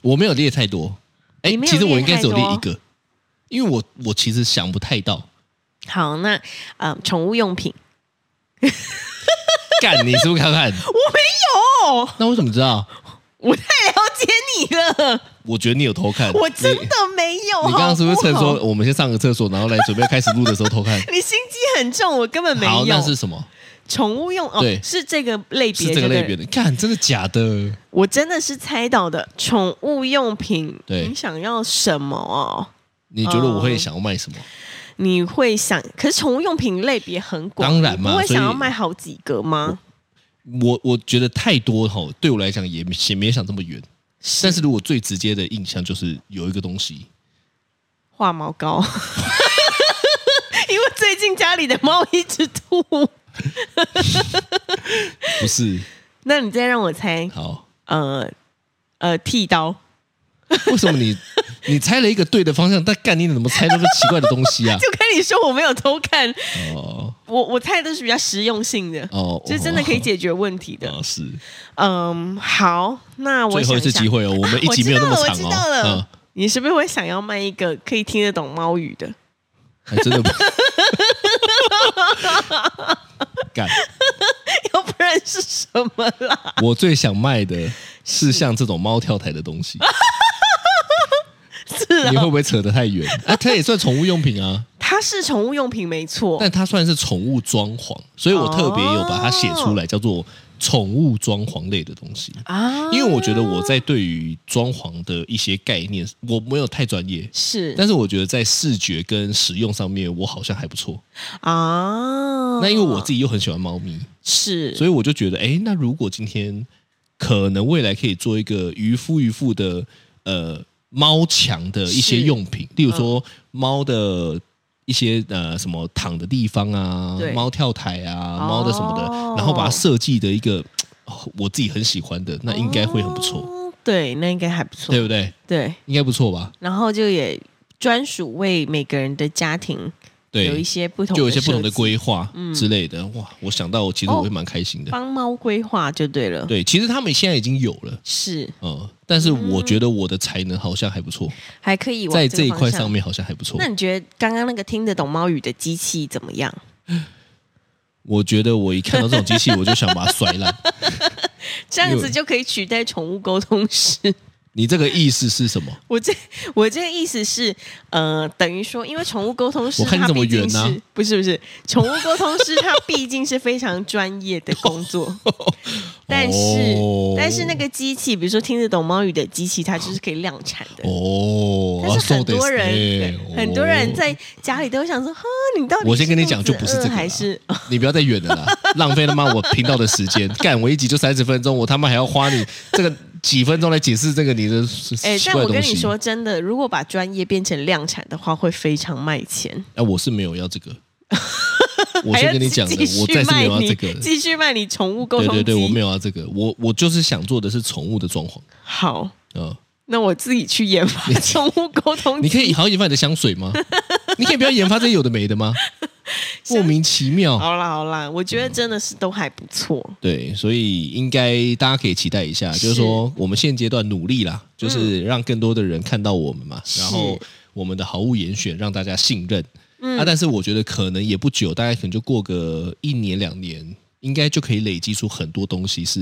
Speaker 3: 我没有列太多，哎
Speaker 2: 你，没有
Speaker 3: 其实我
Speaker 2: 列
Speaker 3: 应该只有
Speaker 2: 太
Speaker 3: 列
Speaker 2: 多
Speaker 3: 一个，因为我我其实想不太到。
Speaker 2: 好，那嗯，宠物用品
Speaker 3: 干，你是不是看 看？
Speaker 2: 我没有，
Speaker 3: 那我怎么知道？
Speaker 2: 我太了解你了，
Speaker 3: 我觉得你有偷看，
Speaker 2: 我真
Speaker 3: 你
Speaker 2: 的没有。
Speaker 3: 你刚刚是不是趁
Speaker 2: 好
Speaker 3: 说
Speaker 2: 好
Speaker 3: 我们先上个厕所，然后来准备开始录的时候偷看？
Speaker 2: 你心机很重？我根 本没
Speaker 3: 好，那是
Speaker 2: 有。
Speaker 3: 什么？
Speaker 2: 宠物用哦
Speaker 3: 对，
Speaker 2: 是这个类别，
Speaker 3: 是这个类别
Speaker 2: 的。
Speaker 3: 的？看，真的假的？
Speaker 2: 我真的是猜到的，宠物用品。
Speaker 3: 对
Speaker 2: 你想要什么哦？
Speaker 3: 你觉得我会想要卖什么？
Speaker 2: 你会想，可是宠物用品类别很广，
Speaker 3: 当然嘛
Speaker 2: 你不会想
Speaker 3: 所
Speaker 2: 要
Speaker 3: 以
Speaker 2: 卖好几个吗？嗯
Speaker 3: 我我觉得太多哈，对我来讲也也没想这么远。但是如果最直接的印象就是有一个东 西，
Speaker 2: 化毛膏， 因为最近家里的猫一直吐。
Speaker 3: 不是
Speaker 2: 那你再让我猜，
Speaker 3: 好。
Speaker 2: 呃呃，剃刀，
Speaker 3: 为什么你 你猜了一个对的方向，但干你怎么猜那么奇怪的东 西啊？
Speaker 2: 就跟你说我没有偷看，
Speaker 3: 哦
Speaker 2: 我我猜的都是比较实用性的，
Speaker 3: 哦，
Speaker 2: 就是真的可以解决问题的。
Speaker 3: 哦，是
Speaker 2: 嗯，好，那我
Speaker 3: 最后
Speaker 2: 想
Speaker 3: 一次
Speaker 2: 想
Speaker 3: 机，会哦，我们一集没有那么长
Speaker 2: 我知
Speaker 3: 哦
Speaker 2: 道了，我知道
Speaker 3: 嗯
Speaker 2: 了，你是不是会想要卖一个可以听得懂猫语 的？
Speaker 3: 还 真的不 干。
Speaker 2: 要不然是什么啦？
Speaker 3: 我最想卖的是像这种猫跳台的东西，
Speaker 2: 是啊
Speaker 3: 你会不会扯得太远？啊，它也算宠物用品啊，
Speaker 2: 它是宠物用品没错，
Speaker 3: 但它算是宠物装潢，所以我特别有把它写出来，叫做宠物装潢类的东西。
Speaker 2: 啊，
Speaker 3: 因为我觉得我在对于装潢的一些概念，我没有太专业，
Speaker 2: 是
Speaker 3: 但是我觉得在视觉跟使用上面，我好像还不错。
Speaker 2: 啊，
Speaker 3: 那因为我自己又很喜欢猫咪，
Speaker 2: 是，
Speaker 3: 所以我就觉得，哎，那如果今天可能未来可以做一个渔夫渔妇的呃猫墙的一些
Speaker 2: 是嗯
Speaker 3: 用品，例如说猫的。一些呃什么躺的地方啊
Speaker 2: 对，
Speaker 3: 猫跳台啊，猫的什么的，
Speaker 2: 哦
Speaker 3: 然后把它设计的一个哦我自己很喜欢的，那应该会很不错，
Speaker 2: 哦对，那应该还不错，
Speaker 3: 对不对？
Speaker 2: 对，
Speaker 3: 应该不错吧？
Speaker 2: 然后就也专属为每个人的家庭
Speaker 3: 对，
Speaker 2: 有一些不同，
Speaker 3: 就有一些不同的
Speaker 2: 规，
Speaker 3: 规划
Speaker 2: 嗯
Speaker 3: 之类的。哇，我想到，其实
Speaker 2: 哦
Speaker 3: 我会蛮开心的。
Speaker 2: 帮猫规划就对了，
Speaker 3: 对，其实他们现在已经有了，
Speaker 2: 是
Speaker 3: 嗯，但是我觉得我的才能好像还不错，
Speaker 2: 还可以往
Speaker 3: 在
Speaker 2: 这
Speaker 3: 这
Speaker 2: 个
Speaker 3: 一
Speaker 2: 方
Speaker 3: 块
Speaker 2: 向
Speaker 3: 上。面好像还不错
Speaker 2: 那。你觉得刚刚那个听得懂猫语的机器怎么样？
Speaker 3: 我觉得我一看到这种机器，我就想把它摔烂。
Speaker 2: 这样
Speaker 3: 因
Speaker 2: 子
Speaker 3: 为
Speaker 2: 就可以取代宠物沟通师。
Speaker 3: 你这个意思是什么？
Speaker 2: 我这我这个意思是，呃，等于说，因为宠物沟通师
Speaker 3: 我看你
Speaker 2: 它
Speaker 3: 怎么
Speaker 2: 毕竟
Speaker 3: 圆
Speaker 2: 是、
Speaker 3: 啊
Speaker 2: 不是不是宠物沟通师，它毕竟是非常专业的工作，但是、
Speaker 3: 哦
Speaker 2: 但是那个机器，比如说听得懂猫语的机器，它就是可以量产的。
Speaker 3: 哦，
Speaker 2: 但是很多人，
Speaker 3: 啊そうです
Speaker 2: 对
Speaker 3: ね
Speaker 2: 很多人
Speaker 3: 哦
Speaker 2: 在家里都会想说：“哈，你到底
Speaker 3: 我先跟你
Speaker 2: 肚
Speaker 3: 讲就
Speaker 2: 子
Speaker 3: 不是这
Speaker 2: 饿
Speaker 3: 个
Speaker 2: 还
Speaker 3: 啦
Speaker 2: 是
Speaker 3: 你不要再远了啦，浪费他妈我频道的时 间。干我一集就三十分钟，我他妈还要花你这个几分钟来解释这个你的
Speaker 2: 哎、
Speaker 3: 奇
Speaker 2: 但
Speaker 3: 怪的
Speaker 2: 我
Speaker 3: 东
Speaker 2: 跟你
Speaker 3: 西。
Speaker 2: 说真的，如果把专业变成量产的话，会非常卖钱。
Speaker 3: 哎、我是没有要 这个，我
Speaker 2: 还
Speaker 3: 先
Speaker 2: 要
Speaker 3: 跟你讲的
Speaker 2: 继，续
Speaker 3: 我再是没
Speaker 2: 卖
Speaker 3: 有要
Speaker 2: 你
Speaker 3: 这个的。
Speaker 2: 继续卖你宠物沟
Speaker 3: 对
Speaker 2: 通
Speaker 3: 对
Speaker 2: 机。
Speaker 3: 对，我没有要这个，我我就是想做的是宠物的装潢
Speaker 2: 好，
Speaker 3: 啊、
Speaker 2: 那我自己去研发宠物沟 通
Speaker 3: 你
Speaker 2: 机。
Speaker 3: 可以好好研发你的香水吗？ 你可以不要研发这些有的没的 吗？莫名其妙。
Speaker 2: 好啦好啦，我觉得真的是都还不错。
Speaker 3: 对，所以应该大家可以期待一下，就是
Speaker 2: 是嗯
Speaker 3: 说我们现阶段努力啦，就是让更多的人看到我们嘛，
Speaker 2: 是
Speaker 3: 然后我们的好物严选让大家信任。
Speaker 2: 嗯
Speaker 3: 啊，但是我觉得可能也不久，大概可能就过个一年两年，应该就可以累积出很多东西是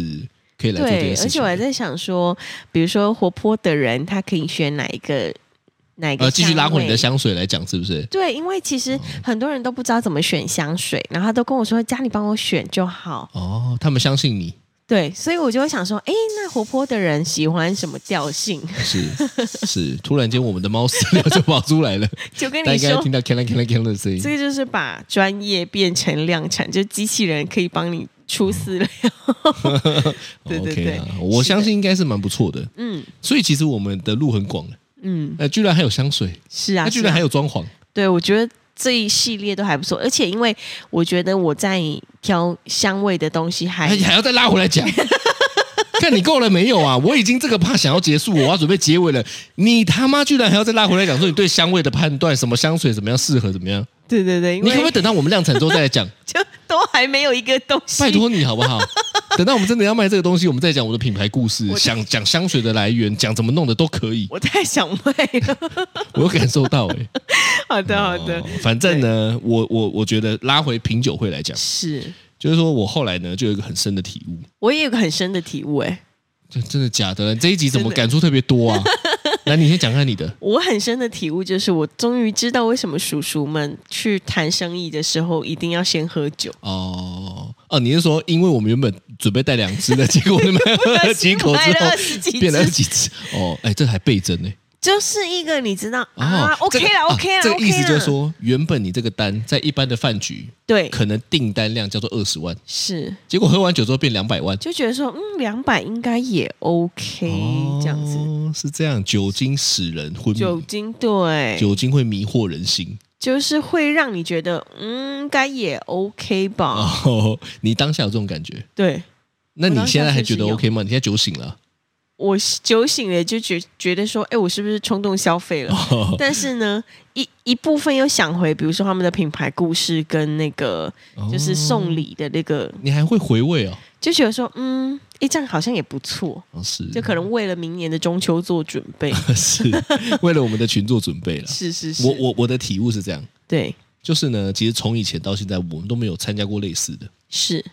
Speaker 3: 可以来做这
Speaker 2: 对，
Speaker 3: 件
Speaker 2: 而
Speaker 3: 事
Speaker 2: 且
Speaker 3: 情
Speaker 2: 我还
Speaker 3: 的。
Speaker 2: 在想说，比如说活泼的人，他可以选哪一个哪一个、
Speaker 3: 呃，继续拉回你的。香水来讲，是不是？
Speaker 2: 对，因为其实很多人都不知道怎么选香水，然后他都跟我说家里帮我选就好。
Speaker 3: 哦，他们相信你
Speaker 2: 对，所以我就会想说，哎，那活泼的人喜欢什么调性？
Speaker 3: 是是，突然间我们的猫饲料就跑出来了，
Speaker 2: 就 跟
Speaker 3: 大家
Speaker 2: 你
Speaker 3: 应该
Speaker 2: 说
Speaker 3: 听，到 “can can can can” 的声音
Speaker 2: 这。个就是把专业变成量产，就机器人可以帮你出饲料。对对
Speaker 3: OK
Speaker 2: 对
Speaker 3: 啊，我
Speaker 2: 是的
Speaker 3: 相信应该是蛮不错的。
Speaker 2: 嗯
Speaker 3: 所以其实我们的路很广的，
Speaker 2: 嗯，
Speaker 3: 呃，居然还有香水，
Speaker 2: 是啊，
Speaker 3: 那
Speaker 2: 是
Speaker 3: 居然还
Speaker 2: 啊
Speaker 3: 有装潢，
Speaker 2: 对，我觉得这一系列都还不错，而且因为我觉得我在挑香味的东西还
Speaker 3: 还还要再拉回 来讲。看你够了没有啊？我已经这个怕想要结束，我要准备结尾了。你他妈居然还要再拉回来讲说你对香味的判断，什么香水怎么样适合怎么样？
Speaker 2: 对对对，因
Speaker 3: 你可不可以
Speaker 2: 为
Speaker 3: 等到我们量产之后再来讲？
Speaker 2: 就都还没有一个东西。
Speaker 3: 拜托你好 不好？等到我们真的要卖这个东西，我们再讲我的品牌故事，
Speaker 2: 我
Speaker 3: 想讲香水的来源，讲怎么弄的都 可以。
Speaker 2: 我太想卖了。
Speaker 3: 我有感受到哎、欸
Speaker 2: 好的好的，
Speaker 3: 哦反正呢，我我我觉得拉回品酒会来讲，
Speaker 2: 是
Speaker 3: 就是说我后来呢就有一个很深的体悟，
Speaker 2: 我也有个很深的体悟哎、
Speaker 3: 这真的假的？这一集怎么
Speaker 2: 真的
Speaker 3: 感触特别多啊？ 来，你先讲看你的。
Speaker 2: 我很深的体悟就是，我终于知道为什么叔叔们去谈生意的时候一定要先喝 酒。
Speaker 3: 哦哦，你是说，因为我们原本准备带两 只的，结果你们喝了几 口之
Speaker 2: 买
Speaker 3: 后
Speaker 2: 了20几只
Speaker 3: 变了二十几只？哦，哎，这还倍增呢。
Speaker 2: 就是一个你知道、
Speaker 3: 哦、
Speaker 2: 啊，OK
Speaker 3: 这个
Speaker 2: 啦
Speaker 3: 啊
Speaker 2: o k 啦，
Speaker 3: 这个意
Speaker 2: OK
Speaker 3: 思
Speaker 2: 啦
Speaker 3: 就是说，原本你这个单在一般的饭局，
Speaker 2: 对，
Speaker 3: 可能订单量叫做二十万，
Speaker 2: 是
Speaker 3: 结果喝完酒之后变两百万，
Speaker 2: 就觉得说，嗯，两百应该也 OK，、这样子。
Speaker 3: 哦，是这样，酒精使人昏
Speaker 2: 酒
Speaker 3: 迷，
Speaker 2: 精对，
Speaker 3: 酒精会迷惑人心。
Speaker 2: 就是会让你觉得，嗯，应该也 OK 吧？
Speaker 3: 哦，你当下有这种感觉？
Speaker 2: 对
Speaker 3: 那你现在还觉得
Speaker 2: 我当下确
Speaker 3: OK 吗？你现在酒醒了？
Speaker 2: 我酒醒了就觉觉得说，哎，我是不是冲动消费了？
Speaker 3: 哦
Speaker 2: 但是呢，一一部分又想回，比如说他们的品牌故事跟那个
Speaker 3: 哦
Speaker 2: 就是送礼的那个，
Speaker 3: 你还会回味哦？
Speaker 2: 就觉得说，嗯，哎，这样好像也不错，
Speaker 3: 哦是，
Speaker 2: 就可能为了明年的中秋做准备。
Speaker 3: 是为了我们的群做准备了。
Speaker 2: 是是 是，
Speaker 3: 我我我的体悟是这样，
Speaker 2: 对
Speaker 3: 就是呢，其实从以前到现在，我们都没有参加过类似的。
Speaker 2: 是，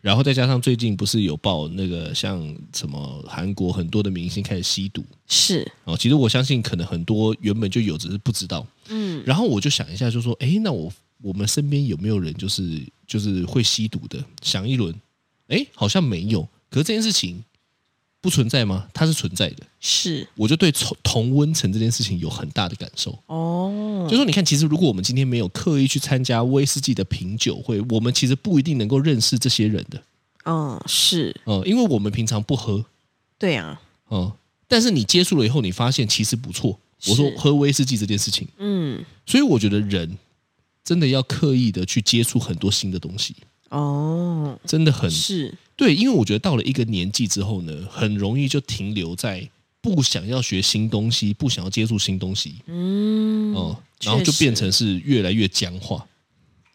Speaker 3: 然后再加上最近不是有报那个像什么韩国很多的明星开始吸毒
Speaker 2: 是，
Speaker 3: 哦，其实我相信可能很多原本就有，只是不知道。
Speaker 2: 嗯，
Speaker 3: 然后我就想一下，就说，诶，那我我们身边有没有人就是就是会吸毒的？想一轮，诶，好像没有。可是这件事情不存在吗？它是存在的。
Speaker 2: 是
Speaker 3: 我就对同同温层这件事情有很大的感受。
Speaker 2: 哦，
Speaker 3: 就说你看，其实如果我们今天没有刻意去参加威士忌的品酒会，我们其实不一定能够认识这些人的，
Speaker 2: 嗯，是
Speaker 3: 嗯，因为我们平常不喝，
Speaker 2: 对啊，
Speaker 3: 嗯，但是你接触了以后，你发现其实不错。我说
Speaker 2: 是
Speaker 3: 喝威士忌这件事情，
Speaker 2: 嗯，
Speaker 3: 所以我觉得人真的要刻意的去接触很多新的东西，
Speaker 2: 哦，
Speaker 3: 真的很
Speaker 2: 是
Speaker 3: 对，因为我觉得到了一个年纪之后呢，很容易就停留在不想要学新东西，不想要接触新东西，
Speaker 2: 嗯，
Speaker 3: 嗯，然后就
Speaker 2: 确实嗯
Speaker 3: 变成是越来越僵化。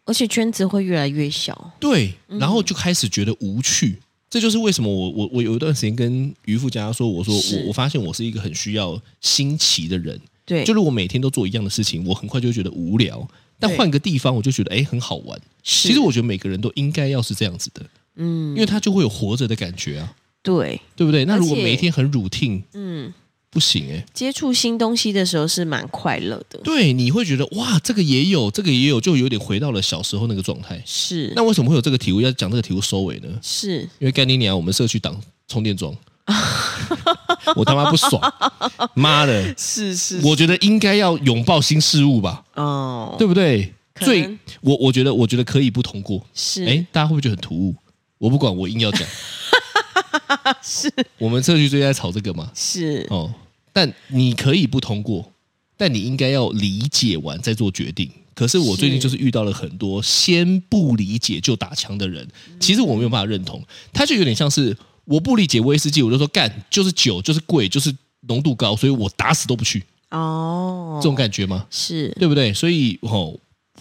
Speaker 2: 而且圈子会越来越小，
Speaker 3: 对，
Speaker 2: 嗯
Speaker 3: 然后就开始觉得无趣。这就是为什么我我我有一段时间跟渔夫家说，我说
Speaker 2: 是
Speaker 3: 我我发现我是一个很需要新奇的人，
Speaker 2: 对，
Speaker 3: 就如果每天都做一样的事情，我很快就会觉得无聊。但
Speaker 2: 对
Speaker 3: 换个地方，我就觉得哎很好玩。
Speaker 2: 其
Speaker 3: 其实我觉得每个人都应该要是这样子的，
Speaker 2: 嗯
Speaker 3: 因为他就会有活着的感觉啊，
Speaker 2: 对，
Speaker 3: 对不对？那如果
Speaker 2: 而且
Speaker 3: 每天很 routine，
Speaker 2: 嗯，
Speaker 3: 不行哎、
Speaker 2: 接触新东西的时候是蛮快乐的，
Speaker 3: 对，你会觉得哇，这个也有，这个也有，就有点回到了小时候那个状态。
Speaker 2: 是
Speaker 3: 那为什么会有这个题目要讲这个题目收尾呢？
Speaker 2: 是
Speaker 3: 因为干你娘，我们社区挡充 电桩，我他妈不爽，妈的！
Speaker 2: 是是
Speaker 3: 我觉得应该要拥抱新事物吧，
Speaker 2: 哦，
Speaker 3: 对不对？
Speaker 2: 可能
Speaker 3: 最我我觉得我觉得可以不通过，
Speaker 2: 是
Speaker 3: 哎，大家会不会觉得很突兀？我不管，我硬 要讲。 是我们社区最近在吵这个嘛？
Speaker 2: 是
Speaker 3: 哦，但你可以不通过，但你应该要理解完再做决定。可是我最
Speaker 2: 是
Speaker 3: 近就是遇到了很多先不理解就打枪的人，
Speaker 2: 嗯
Speaker 3: 其实我没有办法认同，他就有点像是我不理解威士忌，我就说干就是酒就是贵就是浓度高，所以我打死都不去，
Speaker 2: 哦，
Speaker 3: 这种感觉吗？
Speaker 2: 是
Speaker 3: 哎对不对？所以哦，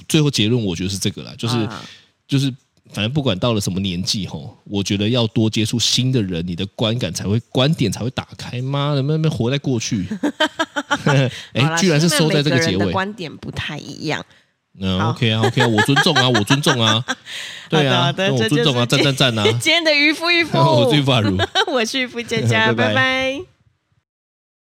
Speaker 3: 最后结论我觉得是这个啦，就是、
Speaker 2: 啊
Speaker 3: 就是，反正不管到了什么年纪吼，我觉得要多接触新的人，你的观感才会观点才会打开。妈的，慢慢活在 过去，
Speaker 2: 好啦
Speaker 3: 哎，居然是收在这
Speaker 2: 因为每
Speaker 3: 结
Speaker 2: 人的
Speaker 3: 尾。
Speaker 2: 观点不太一样，
Speaker 3: 嗯
Speaker 2: 好
Speaker 3: ，OK 啊，OK 啊，我尊重啊，我尊 重啊，对啊
Speaker 2: 好，的
Speaker 3: 那
Speaker 2: 好的
Speaker 3: 我尊重啊，
Speaker 2: 这
Speaker 3: 赞
Speaker 2: 就是，
Speaker 3: 赞赞啊
Speaker 2: 今天的渔夫渔夫，
Speaker 3: 我最发如。
Speaker 2: 我是渔夫佳佳， 拜
Speaker 3: 拜拜
Speaker 2: 拜